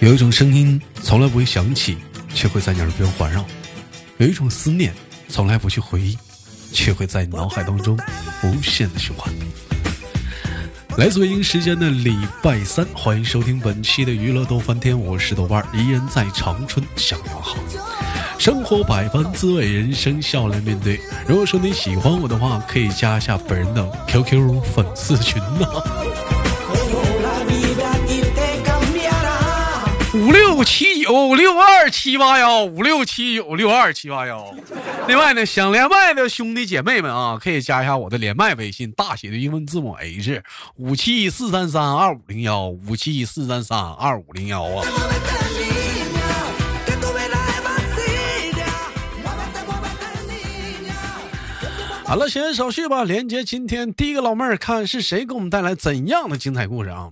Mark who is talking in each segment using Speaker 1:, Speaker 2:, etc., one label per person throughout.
Speaker 1: 有一种声音从来不会响起，却会在你耳边环绕；有一种思念从来不去回忆，却会在你脑海当中无限的循环。来自北京时间的礼拜三，欢迎收听本期的娱乐逗翻天，我是豆瓣儿，依然在长春向你们好。生活百般滋味，人生笑来面对。如果说你喜欢我的话，可以加一下本人的 QQ 粉丝群呐、五六七九六二七八幺，五六七九六二七八幺。另外呢，想连麦的兄弟姐妹们啊，可以加一下我的连麦微信，大写的英文字母 H 五七四三三二五零幺，五七四三三二五零幺啊。好了，闲言少叙吧，连接今天第一个老妹儿，看是谁给我们带来怎样的精彩故事啊！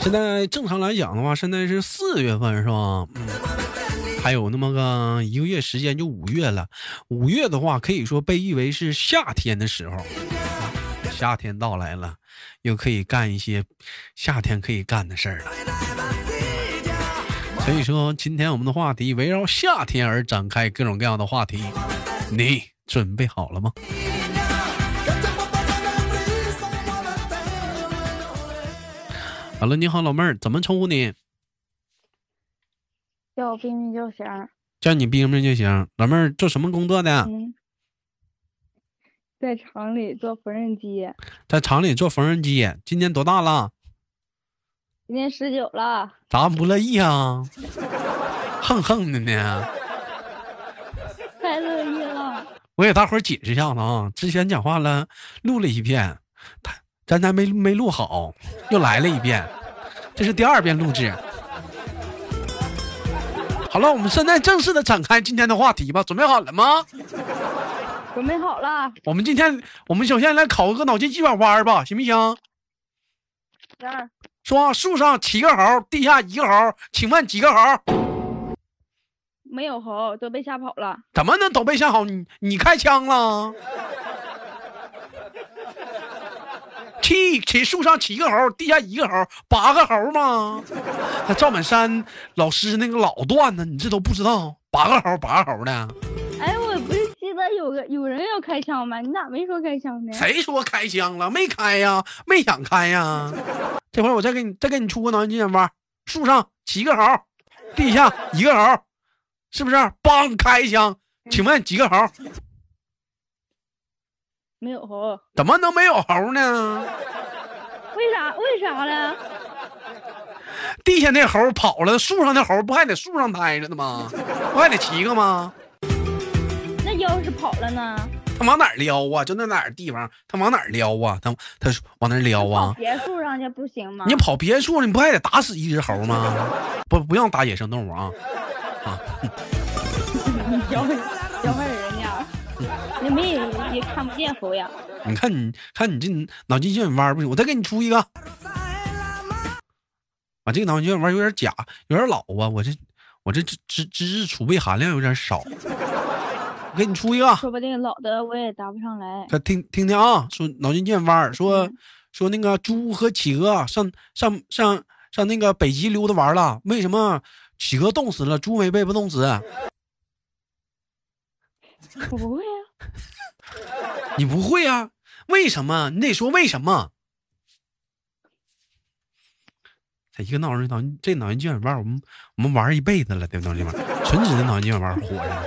Speaker 1: 现在正常来讲的话，现在是四月份是吧？嗯，还有那么个一个月时间就五月了。五月的话，可以说被誉为是夏天的时候，啊夏天到来了，又可以干一些夏天可以干的事儿了。所以说，今天我们的话题围绕夏天而展开，各种各样的话题，你准备好了吗？好了，你好，老妹儿，怎么称呼你？
Speaker 2: 叫我冰冰就行儿。
Speaker 1: 叫你冰冰就行。老妹儿做什么工作的？
Speaker 2: 嗯，在厂里做缝纫机，
Speaker 1: 在厂里做缝纫机。今年多大了？
Speaker 2: 今年十九了，
Speaker 1: 咋不乐意啊？ 横横的呢。
Speaker 2: 太乐意了。
Speaker 1: 我给大伙儿解释一下子啊，之前讲话了，录了一遍，他咱咱没没录好，又来了一遍，这是第二遍录制。好了，我们现在正式的展开今天的话题吧，准备好了吗？
Speaker 2: 准备好了，
Speaker 1: 我们今天我们首先来考个脑筋急转弯儿吧，行不行？
Speaker 2: 十二
Speaker 1: 说树上七个猴，地下一个猴，请问几个猴？
Speaker 2: 没有猴都被吓跑了，
Speaker 1: 怎么能都被吓好？你你开枪了？七七树上七个猴，地下一个猴，八个猴吗？那赵本山老师那个老段子，你这都不知道？八个猴，八个猴的，
Speaker 2: 哎，我不是记得有个有人要开枪吗？你咋没说开枪呢？
Speaker 1: 谁说开枪了？没开呀，没想开呀。这回我再给你再给你出个脑筋急转弯：树上七个猴，地下一个猴，是不是？梆开一枪，请问几个猴？
Speaker 2: 没有猴，
Speaker 1: 怎么能没有猴呢？
Speaker 2: 为啥？为啥呢？
Speaker 1: 地下那猴跑了，树上那猴不还在树上待着呢吗？不还得骑个吗？
Speaker 2: 那要是跑了呢？
Speaker 1: 他往哪儿撩啊？就那哪儿地方，他往哪儿撩啊？他他往哪儿撩啊
Speaker 2: 跑？别墅上去不行吗？
Speaker 1: 你跑别墅了，你不还得打死一只猴吗？不不让打野生动物啊！
Speaker 2: 你摇会摇会人家，你没也看不见猴呀。
Speaker 1: 你看你看你这脑筋急转弯不行，我再给你出一个。我、这个脑筋急转弯有点假，有点老啊！我这我这知知知识储备含量有点少。我给你出一个，
Speaker 2: 说不定老的我也答不上 来。
Speaker 1: 他听听听啊，说脑筋急转弯儿，说、
Speaker 2: 嗯
Speaker 1: 说那个猪和企鹅啊上上上上那个北极溜达玩儿了，为什么企鹅冻死了，猪没被不冻死？啊
Speaker 2: 我不会啊呀、
Speaker 1: 你不会啊？为什么？你得说为什么？这一个脑筋脑筋这脑筋急转弯儿，我们我们玩儿一辈子了，对不对？兄弟们，纯指的脑筋急转弯儿活着呢，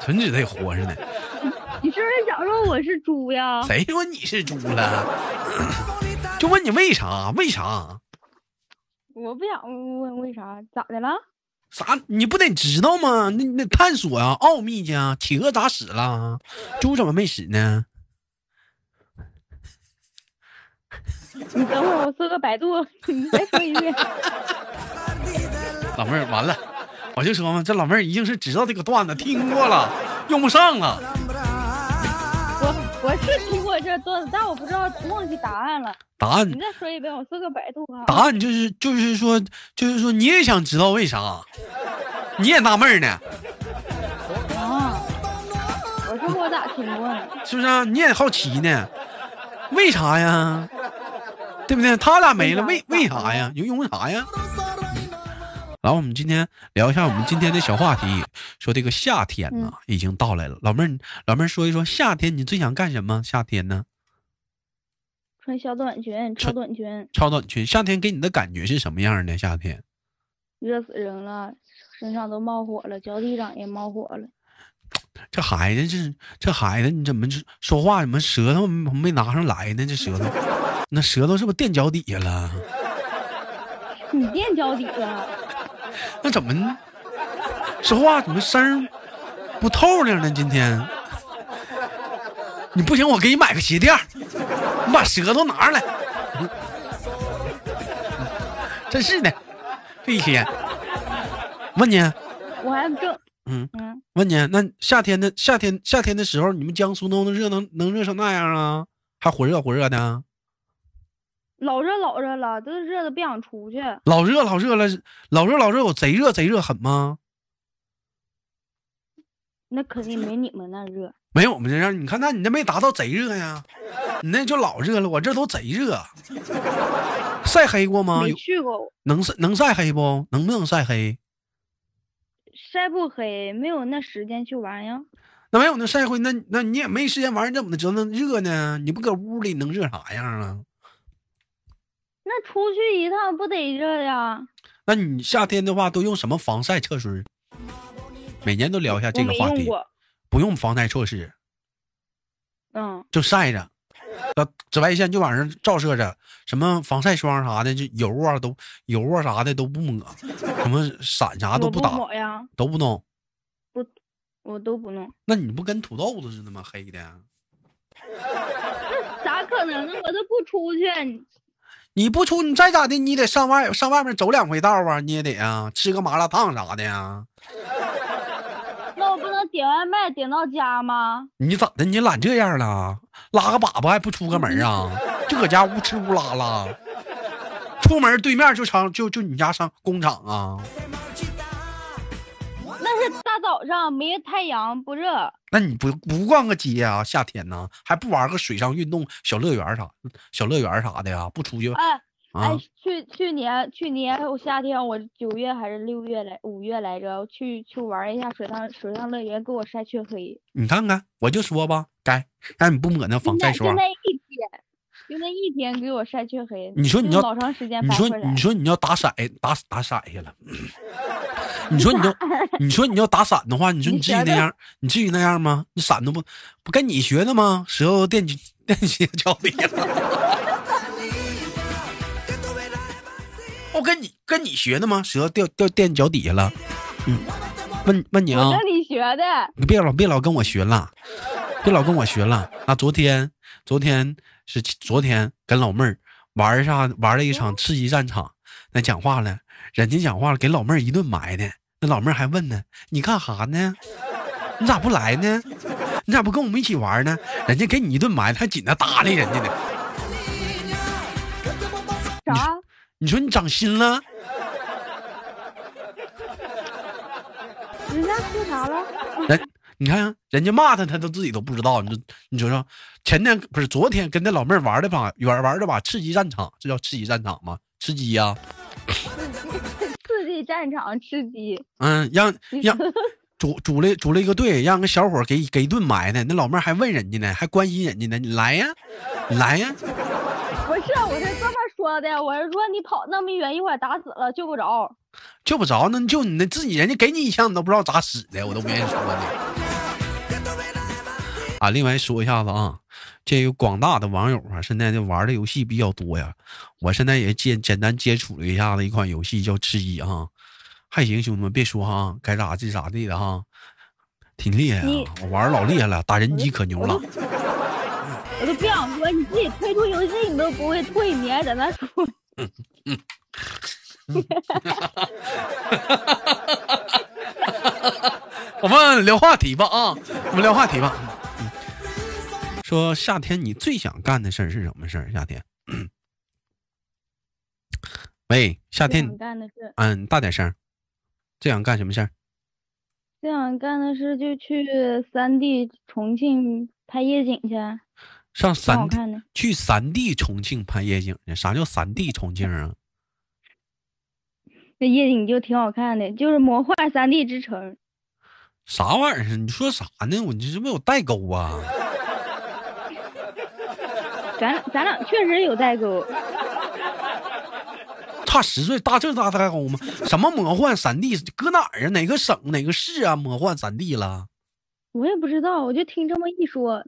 Speaker 1: 纯指的活着呢。
Speaker 2: 你是不是想说我是猪呀？
Speaker 1: 谁说你是猪了？就问你为啥？为啥？
Speaker 2: 我不想问为啥，咋的了？
Speaker 1: 啥？你不得知道吗？那那探索啊，奥秘去啊！企鹅咋死了？猪怎么没死呢？
Speaker 2: 你等会儿我搜个百度， 你再说一遍。
Speaker 1: 老妹儿，完了，我就说嘛，这老妹儿一定是知道这个段子，听过了，用不上啊了。
Speaker 2: 我我是听过这段子，但我不知道忘记答案了。
Speaker 1: 答案
Speaker 2: 你，再说一遍，我搜个百度啊
Speaker 1: 答。案就是就是说就是说，你也想知道为啥？你也纳闷儿呢，
Speaker 2: 啊，我说我咋听过呢？
Speaker 1: 是不是啊、你也好奇呢？为啥呀？对不对？他俩没了，
Speaker 2: 对
Speaker 1: 为
Speaker 2: 呀
Speaker 1: 为啥呀？有因为啥呀？然后我们今天聊一下我们今天的小话题，说这个夏天呢、已经到来了。老妹儿，老妹儿说一说夏天你最想干什么？夏天呢，
Speaker 2: 穿小短裙、超短裙，
Speaker 1: 超短裙，夏天给你的感觉是什么样的？夏天，
Speaker 2: 热死人了，身上都冒火了，脚底掌也冒火了。
Speaker 1: 这孩子这这孩子你怎么这说话怎么舌头没没拿上来呢？这舌头，那舌头是不是垫脚底下了？
Speaker 2: 你垫脚底了，
Speaker 1: 那怎么说话怎么声儿不透亮呢？今天你不行，我给你买个鞋垫儿，你把舌头拿上来。真是的，这一天。问你，
Speaker 2: 我还正
Speaker 1: 嗯，
Speaker 2: 嗯，
Speaker 1: 问你，那夏天的夏天夏天的时候，你们江苏能热能能热成那样啊？还火热火热的，啊
Speaker 2: 老热老热了，都热的不想出去。
Speaker 1: 老热老热了，老热老热，有贼热贼热狠吗？
Speaker 2: 那肯定没你们那热。
Speaker 1: 没有我们这样，你看那你这没达到贼热 呀，你那就老热了，我这都贼热。啊晒黑过吗？
Speaker 2: 没
Speaker 1: 有
Speaker 2: 去过，
Speaker 1: 能晒能晒黑不？能不能晒黑？
Speaker 2: 晒不黑，没有那时间去玩呀。
Speaker 1: 那没有那晒黑，那那你也没时间玩，你怎么能知道那热呢？你不搁屋里能热啥样啊？
Speaker 2: 那出去一趟不得热呀？
Speaker 1: 那你夏天的话都用什么防晒措施？每年都聊一下这
Speaker 2: 我
Speaker 1: 个
Speaker 2: 没
Speaker 1: 话
Speaker 2: 用
Speaker 1: 题，
Speaker 2: 过。
Speaker 1: 不用防晒措施，
Speaker 2: 嗯，
Speaker 1: 就晒着，那紫外线就往上照射着，什么防晒霜啥的，就油啊都油啊啥的都不抹，什么伞啥都
Speaker 2: 我
Speaker 1: 不
Speaker 2: 不
Speaker 1: 打，
Speaker 2: 抹呀，
Speaker 1: 都不弄。
Speaker 2: 我都不弄。
Speaker 1: 那你不跟土豆子似的吗？黑的，
Speaker 2: 咋可能呢？我都不出去，你
Speaker 1: 你不出，你再咋的，你得上外上外面走两回道啊，你也得啊，吃个麻辣烫啥的呀、啊
Speaker 2: 那我不能点外卖点到家吗？
Speaker 1: 你咋的？你懒这样了？拉个粑粑还不出个门啊？就搁家乌吃乌拉拉，出门对面就商就就你家商工厂啊？
Speaker 2: 那是大早上没太阳不热，
Speaker 1: 那你不不逛个街啊？夏天呢、还不玩个水上运动小乐园啥小乐园啥的呀、不出去啊？
Speaker 2: 哎哎，去去年去年我夏天我九月还是六月来五月来着，去去玩一下水上水上乐园，给我晒黢黑。
Speaker 1: 你看看，我就说吧，该让你不抹那防晒
Speaker 2: 就
Speaker 1: 霜。
Speaker 2: 那一天，就那一天给我晒黢黑。
Speaker 1: 你说你
Speaker 2: 就
Speaker 1: 要
Speaker 2: 老长时间
Speaker 1: 你
Speaker 2: 白
Speaker 1: 说
Speaker 2: 回来
Speaker 1: 你说你要打伞打打伞去了， 你说 你要你说你要打伞的话，你说
Speaker 2: 你
Speaker 1: 你至于
Speaker 2: 学
Speaker 1: 那
Speaker 2: 的
Speaker 1: 样，你至于那样吗？你伞都不不跟你学的吗？舌头垫脚垫鞋脚底下，我跟你跟你学的吗？舌头掉掉垫脚底下了，嗯，问问你啊，
Speaker 2: 我跟你学的，
Speaker 1: 你别老别老跟我学了，别老跟我学了。啊，昨天昨天是昨天跟老妹儿玩儿啥玩了一场刺激战场，那讲话了，人家讲话了，给老妹儿一顿埋汰。那老妹儿还问呢，你干哈呢？你咋不来呢？你咋不跟我们一起玩呢？人家给你一顿埋汰，还紧着搭理人家呢。
Speaker 2: 啥？
Speaker 1: 你说你长心了？
Speaker 2: 人家说啥了？
Speaker 1: 人你看人家骂他，他都自己都不知道。你就你说说，前天不是昨天跟那老妹儿玩的把玩玩的把刺激战场，这叫刺激战场吗？吃鸡呀、
Speaker 2: 刺激战场吃鸡，
Speaker 1: 嗯，让
Speaker 2: 你
Speaker 1: 让组组了组了一个队，让个小伙儿给给一顿埋汰。那老妹儿还问人家呢，还关心人家呢，你来呀，你来呀，
Speaker 2: 不是，我是这么说的，我是说你跑那么远，一会儿打死了救不着。
Speaker 1: 救不着，那就你那自己人家给你一枪，你都不知道咋死的，我都不愿意说呢。啊，另外说一下子啊，这个广大的网友啊，现在这玩的游戏比较多呀。我现在也简简单接触了一下子一款游戏叫《吃鸡》啊，还行，兄弟们别说哈、该咋地咋地的哈、挺厉害啊
Speaker 2: 你，
Speaker 1: 我玩儿老厉害了，打人机可 牛了。
Speaker 2: 我都不想说，你自己退出游戏你都不会退，你还在那说，
Speaker 1: 我们聊话题吧啊，我们聊话题吧。嗯说夏天你最想干的事儿是什么事儿？夏天，喂，夏
Speaker 2: 最
Speaker 1: 天，
Speaker 2: 想干的事，
Speaker 1: 嗯，大点声儿，最想干什么事儿？
Speaker 2: 最想干的事就去三 D 重庆拍夜景去。
Speaker 1: 上
Speaker 2: 挺好
Speaker 1: 三 D
Speaker 2: 看的。
Speaker 1: 去三 D 重庆拍夜景去，啥叫三 D 重庆啊？
Speaker 2: 那夜景就挺好看的，就是魔幻三 D 之城。
Speaker 1: 啥玩意儿？啊你说啥呢？我你是不是有代沟啊？
Speaker 2: 咱俩咱俩确实有代沟，
Speaker 1: 差十岁，大这大代沟吗？什么魔幻三 D？搁哪儿啊？哪个省哪个市啊？魔幻三 D 了？
Speaker 2: 我也不知道，我就听这么一说，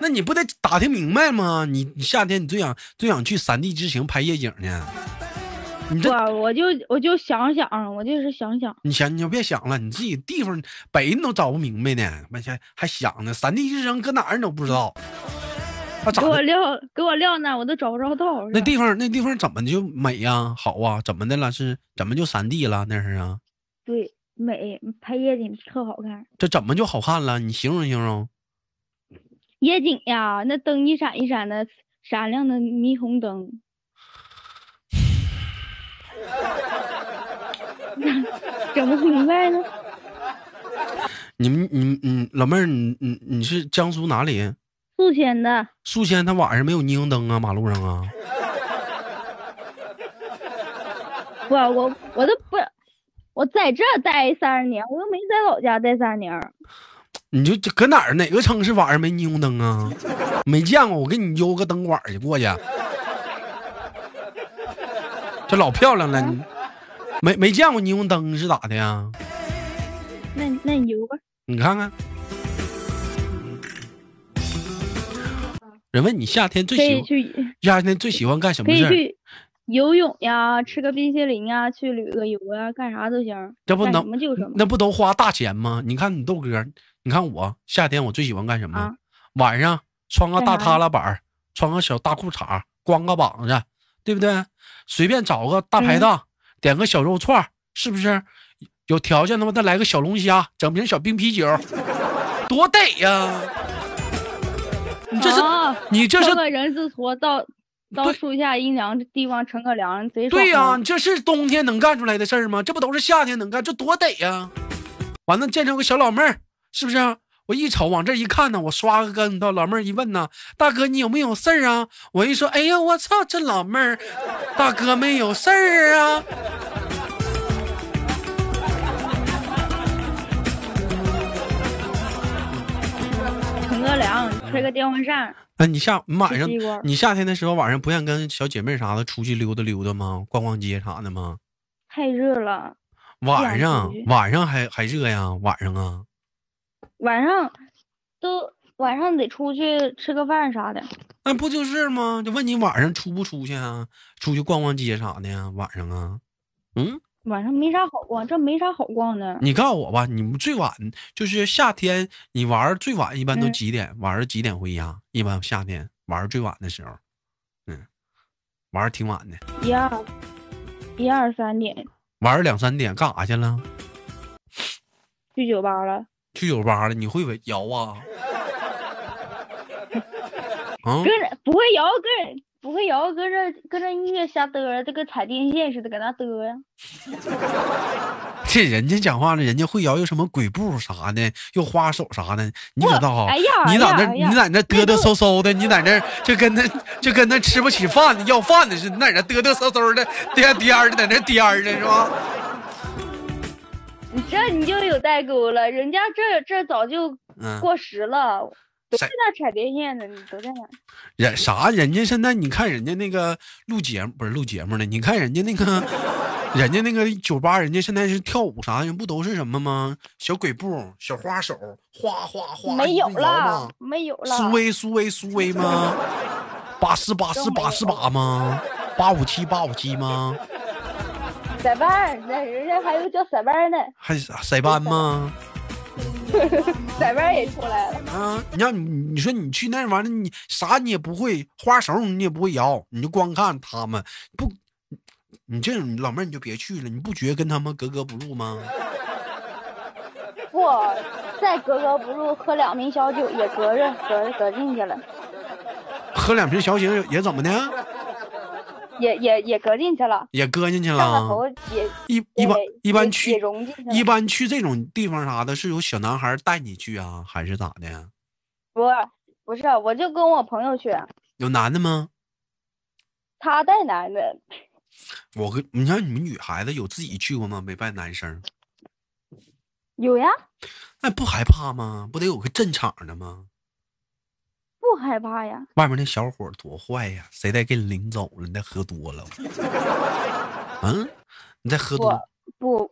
Speaker 1: 那你不得打听明白吗？你你夏天你最想最想去三 D 之行拍夜景呢？你这
Speaker 2: 我我就我就想想，我就是想想，
Speaker 1: 你想你就别想了，你自己地方北你都找不明白呢，完全还想呢，三 D 之行搁哪儿你都不知道，啊咋
Speaker 2: 给我
Speaker 1: 的？
Speaker 2: 撂给我撂那儿，我都找不着道儿。
Speaker 1: 那
Speaker 2: 是吧啊
Speaker 1: 地方那地方怎么就美呀、好啊？怎么的了？是怎么就三 D 了？那是啊？
Speaker 2: 对美拍夜景特好看，
Speaker 1: 这怎么就好看了？你形容形容。
Speaker 2: 夜景呀，那灯一闪一闪的，闪亮的霓虹灯， 整不明白呢。
Speaker 1: 你们你们你老妹儿，你你你是江苏哪里？
Speaker 2: 宿迁的
Speaker 1: 宿迁，它晚上没有霓虹灯啊，马路上啊？
Speaker 2: 我我我都不，我在这儿待三十年，我又没在老家待三年儿。
Speaker 1: 你就这搁哪儿哪个城市晚上没霓虹灯啊？没见过，我给你邮个灯管儿去过去。这老漂亮了，你没没见过霓虹灯是咋的呀？
Speaker 2: 那那你游吧，
Speaker 1: 你看看，人问你夏天最
Speaker 2: 可以
Speaker 1: 喜
Speaker 2: 去
Speaker 1: 夏天最喜欢干什
Speaker 2: 可
Speaker 1: 么
Speaker 2: 以
Speaker 1: 事儿？
Speaker 2: 去游泳呀，吃个冰淇淋呀，去旅个游啊，干啥都行。
Speaker 1: 这不
Speaker 2: 干
Speaker 1: 能
Speaker 2: 什么就什么。
Speaker 1: 那不都花大钱吗？你看你豆哥，你看我夏天我最喜欢干什么？
Speaker 2: 啊嗯
Speaker 1: 晚上穿个大
Speaker 2: 干啥
Speaker 1: 塌拉板儿，穿个小大裤衩儿，光个膀子，对不对？随便找个大排
Speaker 2: 嗯
Speaker 1: 档，点个小肉串儿，是不是？有条件他妈再来个小龙虾，整瓶小冰啤 酒，多得呀、你这是、
Speaker 2: 啊，
Speaker 1: 你这是
Speaker 2: 穿个人字拖到到
Speaker 1: 对
Speaker 2: 树下阴凉地方乘个凉，贼爽。啊
Speaker 1: 对呀、你这是冬天能干出来的事儿吗？这不都是夏天能干，这多得呀、完了，见着个小老妹儿，是不是、我一瞅往这一看呢，我刷个跟头，老妹儿一问呢，大哥你有没有事儿啊？我一说，哎呀，我操，这老妹儿，大哥没有事儿啊。
Speaker 2: 乘个凉，吹个电风扇，
Speaker 1: 那、哎你夏你晚上
Speaker 2: 吃西瓜，
Speaker 1: 你夏天的时候晚上不愿跟小姐妹啥的出去溜达溜达吗？逛逛街啥的吗？
Speaker 2: 太热了。
Speaker 1: 晚上
Speaker 2: 出去
Speaker 1: 晚上还还热呀？晚上啊？
Speaker 2: 晚上都晚上得出去吃个饭啥的。
Speaker 1: 那不就是吗？就问你晚上出不出去啊？出去逛逛街啥的呀？晚上啊？嗯，
Speaker 2: 晚上没啥好逛，这没啥好逛的。
Speaker 1: 你告诉我吧，你们最晚就是夏天，你玩儿最晚一般都
Speaker 2: 嗯
Speaker 1: 几点？晚上几点回家？一般夏天玩儿最晚的时候，嗯，玩儿挺晚的，
Speaker 2: 一二一二三点
Speaker 1: 玩儿两三点干啥去了？
Speaker 2: 去酒吧了，
Speaker 1: 去酒吧了？你会围摇啊？ 啊、
Speaker 2: 跟着不会摇，跟着不会摇，跟着跟着音乐瞎嘚儿，就跟踩电线似的，搁那嘚儿呀。啊
Speaker 1: 这人家讲话了，人家会摇又什么鬼步啥的，又花手啥的，你可
Speaker 2: 我
Speaker 1: 倒好。
Speaker 2: 哎呀，
Speaker 1: 你在
Speaker 2: 哎
Speaker 1: 那
Speaker 2: 呀
Speaker 1: 儿，
Speaker 2: 哎呀
Speaker 1: 你在那儿嘚嘚嗖嗖的，你在那儿就跟那就跟那吃不起饭要饭的似的，你在那儿嘚嘚嗖嗖的颠颠儿的，在那儿颠儿的是吧？
Speaker 2: 你这你就有代沟了，人家这这早就
Speaker 1: 嗯，
Speaker 2: 过时了，都
Speaker 1: 谁
Speaker 2: 在那踩电线呢，你都在那。
Speaker 1: 人啥？人家现在你看人家那个录节目不是录节目呢？你看人家那个，人家那个酒吧，人家现在是跳舞啥的，人不都是什么吗？小鬼步、小花手，哗哗哗，
Speaker 2: 没
Speaker 1: 一
Speaker 2: 有
Speaker 1: 顿摇
Speaker 2: 了
Speaker 1: 吗？，
Speaker 2: 没有了。
Speaker 1: 苏威苏威苏威吗？八四八四八四八吗？八五七八五七吗？
Speaker 2: 塞班儿，那人家还有叫塞班儿呢，
Speaker 1: 还是塞班吗？
Speaker 2: 塞班儿也出来了。
Speaker 1: 啊，你让你你说你去那玩意儿，你啥你也不会，花手你也不会摇，你就光看他们不，你这种老妹儿你就别去了，你不觉得跟他们格格不入吗？
Speaker 2: 不，再格格不入，喝两瓶小酒也隔着隔隔进去了。
Speaker 1: 喝两瓶小酒也怎么的？
Speaker 2: 也也也搁进去了，
Speaker 1: 也搁进去
Speaker 2: 上了
Speaker 1: 了。
Speaker 2: 头也
Speaker 1: 一啊一般
Speaker 2: 也
Speaker 1: 一般
Speaker 2: 也也
Speaker 1: 去
Speaker 2: 融进去
Speaker 1: 一
Speaker 2: 了。
Speaker 1: 般去这种地方啥的，是有小男孩带你去啊，还是咋的？
Speaker 2: 不不是，我就跟我朋友去，
Speaker 1: 有男的吗？
Speaker 2: 他带男的，
Speaker 1: 我跟你看你们女孩子有自己去过吗？没带男生，
Speaker 2: 有呀，
Speaker 1: 那、不害怕吗？不得有个镇场的吗？
Speaker 2: 不害怕呀。
Speaker 1: 外面那小伙儿多坏呀，谁再给你领走了？你再喝多了， 嗯，你再喝多
Speaker 2: 我，不，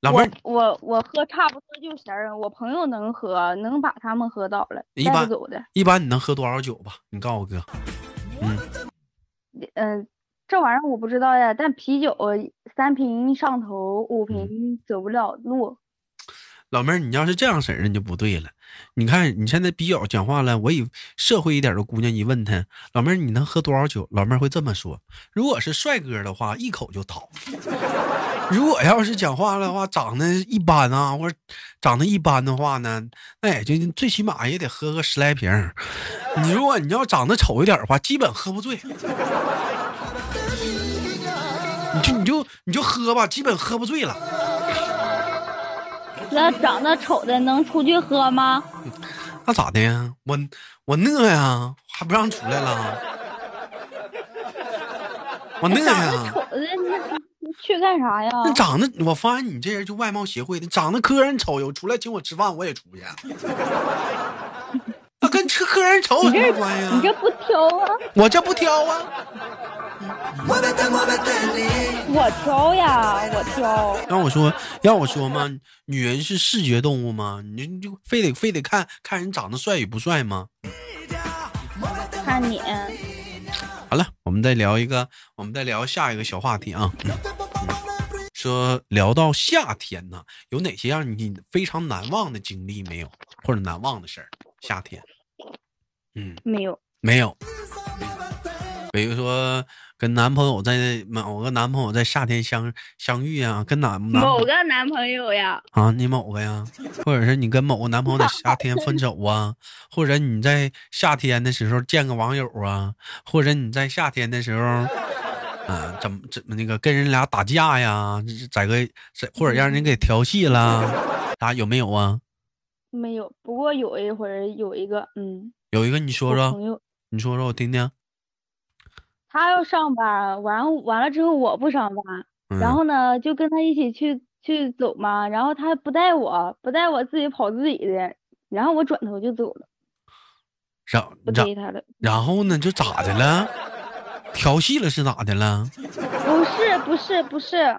Speaker 1: 老妹
Speaker 2: 我
Speaker 1: 儿，
Speaker 2: 我我喝差不多就行儿，我朋友能喝，能把他们喝倒了，
Speaker 1: 一
Speaker 2: 带
Speaker 1: 般
Speaker 2: 不走的。
Speaker 1: 一般你能喝多少酒吧？你告诉我哥，
Speaker 2: 嗯、这玩意儿我不知道呀，但啤酒三瓶上头，
Speaker 1: 嗯
Speaker 2: 五瓶走不了路。
Speaker 1: 老妹儿，你要是这样式儿的，你就不对了。你看你现在比较讲话了，我以社会一点的姑娘一问她，老妹儿你能喝多少酒？老妹儿会这么说。如果是帅哥的话，一口就倒； 如果要是讲话的话，长得一般啊，或者长得一般的话呢，那也就最起码也得喝个十来瓶儿。你如果你要长得丑一点的话，基本喝不醉。你就你就你就喝吧，基本喝不醉了。
Speaker 2: 那长得丑的能出去喝吗？
Speaker 1: 那咋的呀？我我饿呀，还不让出来了？我饿
Speaker 2: 长得丑
Speaker 1: 呀！
Speaker 2: 的那去干啥呀？
Speaker 1: 那长得，我发现你这人就外貌协会的，长得客人丑，有出来请我吃饭，我也出去。啊那跟吃客人丑有
Speaker 2: 你
Speaker 1: 什么
Speaker 2: 这
Speaker 1: 关系
Speaker 2: 你这
Speaker 1: 啊？
Speaker 2: 不挑啊？
Speaker 1: 我这不挑啊！
Speaker 2: 我挑呀，我挑。
Speaker 1: 让我说，让我说嘛，女人是视觉动物吗？你你就非得非得看看人长得帅与不帅吗？
Speaker 2: 看你，
Speaker 1: 好了，我们再聊一个，我们再聊下一个小话题啊。嗯说聊到夏天呢，有哪些让你非常难忘的经历没有，或者难忘的事儿？夏天，嗯，
Speaker 2: 没有，
Speaker 1: 没有。比如说跟男朋友在某个男朋友在夏天相相遇啊，跟男男
Speaker 2: 某个男朋友呀，
Speaker 1: 啊，你某个呀，或者是你跟某个男朋 友在夏天分手啊，或者你在夏天的时候见个网友啊，或者你在夏天的时候，啊、怎么怎么那个跟人俩打架呀，这是在个在或者让人给调戏啦，啥有没有啊？
Speaker 2: 没有。不过有一会儿有一个，嗯，
Speaker 1: 有一个你说
Speaker 2: 我
Speaker 1: 说
Speaker 2: 朋，友
Speaker 1: 你说说我听听。
Speaker 2: 他要上班，完后完了之后我不上班，
Speaker 1: 嗯、
Speaker 2: 然后呢就跟他一起去去走嘛，然后他不带我，不带我自己跑自己的，然后我转头就走了，
Speaker 1: 然
Speaker 2: 不
Speaker 1: 然
Speaker 2: 追他了。
Speaker 1: 然后呢，就咋的了？调戏了是咋的了？
Speaker 2: 不是不是不是，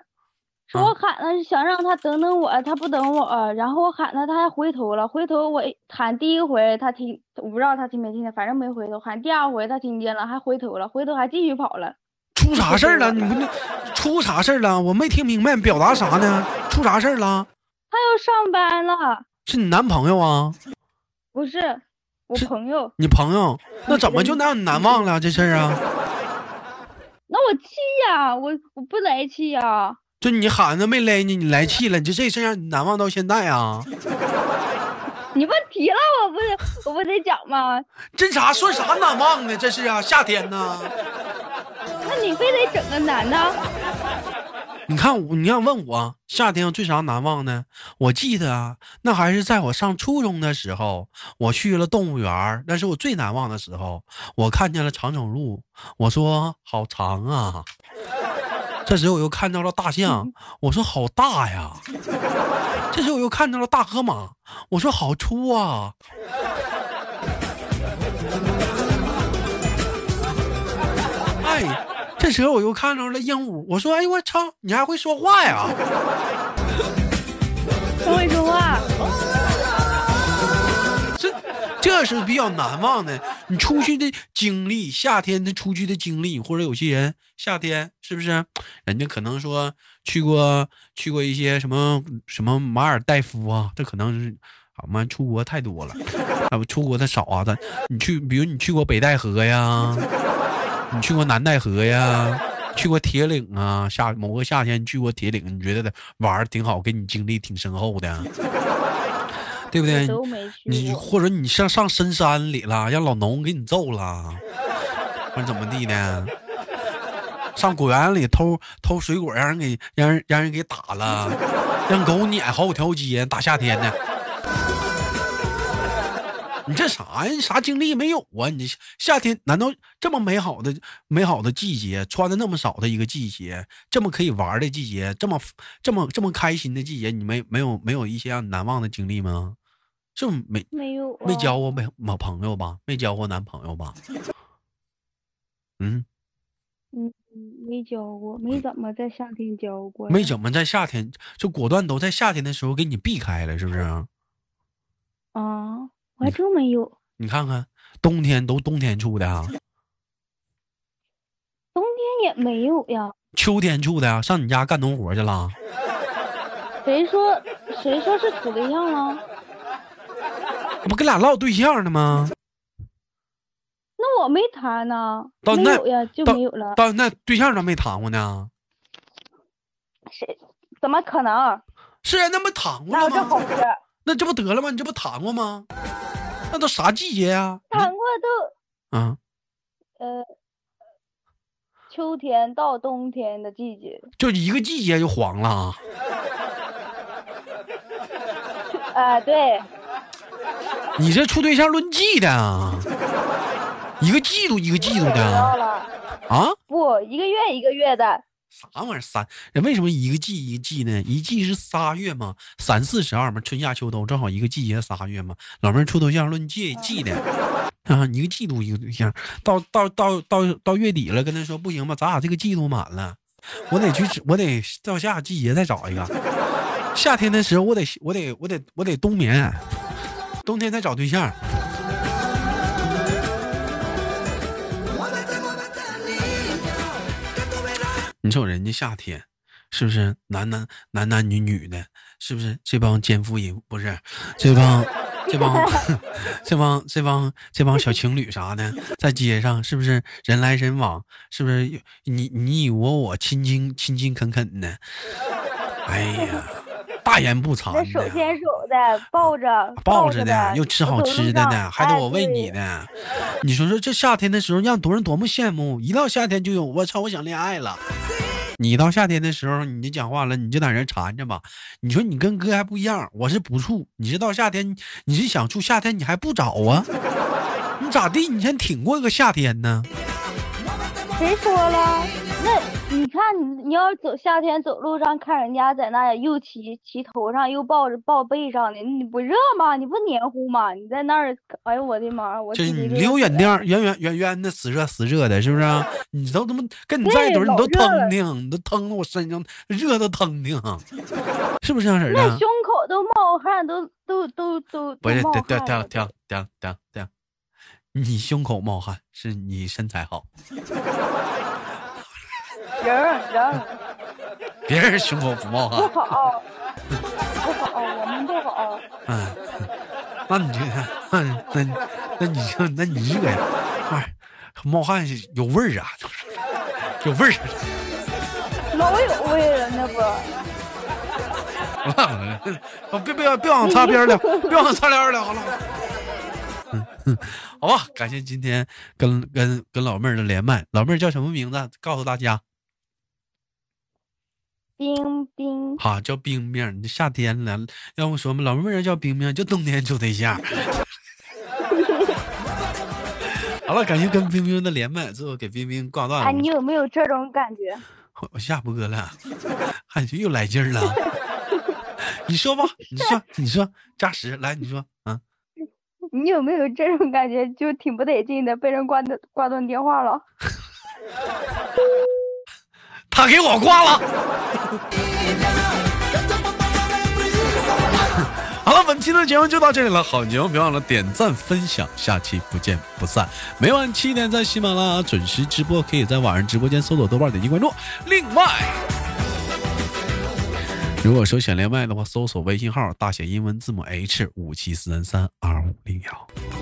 Speaker 2: 是我
Speaker 1: 啊
Speaker 2: 喊他是想让他等等我，他不等我，然后我喊他，他还回头了。回头我一喊第一回他听，我不知道他听没听见，反正没回头。喊第二回他听见了，还回头了，回头还继续跑了。
Speaker 1: 出啥事儿了？你不那出啥事儿了？我没听明白，表达啥呢？出啥事儿了？
Speaker 2: 他要上班了，
Speaker 1: 是你男朋友啊？
Speaker 2: 不是我
Speaker 1: 是
Speaker 2: 朋友，
Speaker 1: 你朋友？那怎么就让你难忘了这事儿啊？
Speaker 2: 那我气呀，我我不来气呀，
Speaker 1: 就你喊着没勒你，你来气了，你就这事儿让你难忘到现在啊？
Speaker 2: 你问题了，我不是我不得讲吗？
Speaker 1: 这啥算啥难忘呢？这是啊，夏天呢？
Speaker 2: 那你非得整个男的，
Speaker 1: 你看我，你要问我夏天最啥难忘呢？我记得啊，那还是在我上初中的时候，我去了动物园儿，那是我最难忘的时候。我看见了长颈鹿，我说好长啊。这时候我又看到了大象，我说好大呀。这时候我又看到了大河马，我说好粗啊。哎，这时候我又看到了鹦鹉，我说哎呦我操，你还会说话呀？
Speaker 2: 不会说话。
Speaker 1: 这这是比较难忘的。你出去的经历，夏天的出去的经历，或者有些人夏天是不是，人家可能说去过去过一些什么什么马尔代夫啊，这可能是啊，我们出国太多了， 啊，不出国的少啊。咱你去，比如你去过北戴河呀，你去过南戴河呀。去过铁岭啊，夏某个夏天你去过铁岭，你觉得的玩儿挺好，给你经历挺深厚的，对不对？
Speaker 2: 都没去
Speaker 1: 你
Speaker 2: 过，
Speaker 1: 或者你上上深山里了，让老农给你揍了，或者怎么地的？上果园里偷偷水果，让人给让人让人给打了，让狗撵好几条街，大夏天的。你这啥呀？你啥经历没有啊？你这夏天难道这么美好的美好的季节，穿的那么少的一个季节，这么可以玩的季节，这么这么这么开心的季节，你没没有没有一些让你难忘的经历吗？是不是没
Speaker 2: 没有啊
Speaker 1: 没交过没没朋友吧？没交过男朋友吧？嗯，
Speaker 2: 嗯没交过，没怎么在夏天交过呀，
Speaker 1: 没怎么在夏天就果断都在夏天的时候给你避开了，是不是？
Speaker 2: 啊，我
Speaker 1: 嗯
Speaker 2: 还真没有。
Speaker 1: 你看看，冬天都冬天处的啊，
Speaker 2: 冬天也没有呀，
Speaker 1: 秋天处的啊，上你家干农活去了。
Speaker 2: 谁说谁说是处对象了？
Speaker 1: 那不跟俩唠对象呢吗？
Speaker 2: 那我没谈呢，
Speaker 1: 到
Speaker 2: 没
Speaker 1: 那
Speaker 2: 有呀，就
Speaker 1: 到
Speaker 2: 没有了。
Speaker 1: 到那对象咱没谈过呢，
Speaker 2: 谁怎么可能？
Speaker 1: 是啊，那不谈过
Speaker 2: 哪有
Speaker 1: 了
Speaker 2: 这好
Speaker 1: 吗？
Speaker 2: 事？
Speaker 1: 那这不得了吗？你这不谈过吗？那都啥季节呀、
Speaker 2: 谈过都
Speaker 1: 啊，
Speaker 2: 呃，秋天到冬天的季节，
Speaker 1: 就一个季节就黄了啊。
Speaker 2: 啊、对，
Speaker 1: 你这处对象论季的啊，一个季度一个季度
Speaker 2: 知
Speaker 1: 的
Speaker 2: 道
Speaker 1: 啊哎
Speaker 2: 了。
Speaker 1: 啊？
Speaker 2: 不，一个月一个月的，
Speaker 1: 啥玩意儿三？人为什么一个季一个季呢？一季是仨月嘛，三四十二嘛，春夏秋冬正好一个季节仨月嘛。老妹儿处对象论季季的啊，一个季度一个对象，到到到到到月底了，跟他说不行吧，咱俩这个季度满了，我得去，我得到下季节再找一个。夏天的时候我得我得我得我得冬眠，冬天再找对象。你瞅人家夏天，是不是男男男男女女的，是不是这帮奸夫淫不是这帮这帮 这帮这帮这帮小情侣啥的，在街上是不是人来人往，是不是你你我我亲亲亲亲恳恳的，哎呀，大言不惭
Speaker 2: 那手
Speaker 1: 的。
Speaker 2: 牵手的，抱着
Speaker 1: 抱
Speaker 2: 着
Speaker 1: 着的，又吃好吃的呢，还得
Speaker 2: 哎
Speaker 1: 我喂你
Speaker 2: 呢。
Speaker 1: 呢。你说说这夏天的时候，让多人多么羡慕！一到夏天就有，我操，我想恋爱了。你到夏天的时候，你就讲话了，你就在那缠着吧。你说你跟哥还不一样，我是不处，你是到夏天，你是想处夏天，你还不找啊？你咋地？你先挺过个夏天呢？
Speaker 2: 哎谁说了？那你看你，你要走夏天走路上看人家在那又骑骑头上又抱着抱背上的，你不热吗？你不黏糊吗？你在那儿，哎呦我的妈！我
Speaker 1: 就是
Speaker 2: 鸡
Speaker 1: 你
Speaker 2: 皮疙瘩
Speaker 1: 离我远点儿，啊远远远远的，死热死热的，是不是啊、你都他妈跟你在一堆儿，
Speaker 2: 对
Speaker 1: 你都
Speaker 2: 老热
Speaker 1: 腾
Speaker 2: 了
Speaker 1: 腾，你都腾到我身上，热的腾腾，是不是这样式儿的？啊
Speaker 2: 那胸口都冒汗，都都都都
Speaker 1: 不是，
Speaker 2: 都冒
Speaker 1: 等等
Speaker 2: 汗
Speaker 1: 等
Speaker 2: 了
Speaker 1: 等等等等，你胸口冒汗是你身材好，
Speaker 2: 人儿人儿
Speaker 1: 别人胸口不冒
Speaker 2: 不
Speaker 1: 汗。
Speaker 2: 好，不好，我们不好。
Speaker 1: 嗯，那你就那那那你就那你热呀，哎，冒汗是有味儿啊，有味儿。啊
Speaker 2: 老有味了，那不
Speaker 1: 别别别往擦边儿聊，别往擦边儿聊了。 好吧，感谢今天跟跟跟老妹儿的连麦，老妹儿叫什么名字？啊告诉大家。
Speaker 2: 冰冰
Speaker 1: 哈，叫冰冰，你夏天了，要不说嘛，老妹儿叫冰冰，就冬天处对象。 好了，感谢跟冰冰的连麦，最后给冰冰挂断了。
Speaker 2: 哎，你有没有这种感觉？
Speaker 1: 我我下播了，还又来劲儿了。 你说吧，你说，你说，加时来，你说啊，
Speaker 2: 你有没有这种感觉？就挺不得劲的，被人挂断挂断电话了。
Speaker 1: 他给我挂了。 好了，本期的节目就到这里了。好节目，别忘了点赞分享，下期不见不散。每晚七点在喜马拉雅准时直播，可以在晚上直播间搜索豆瓣点击关注。另外，如果说想连麦的话，搜索微信号大写英文字母 H 五七四三三二五零幺。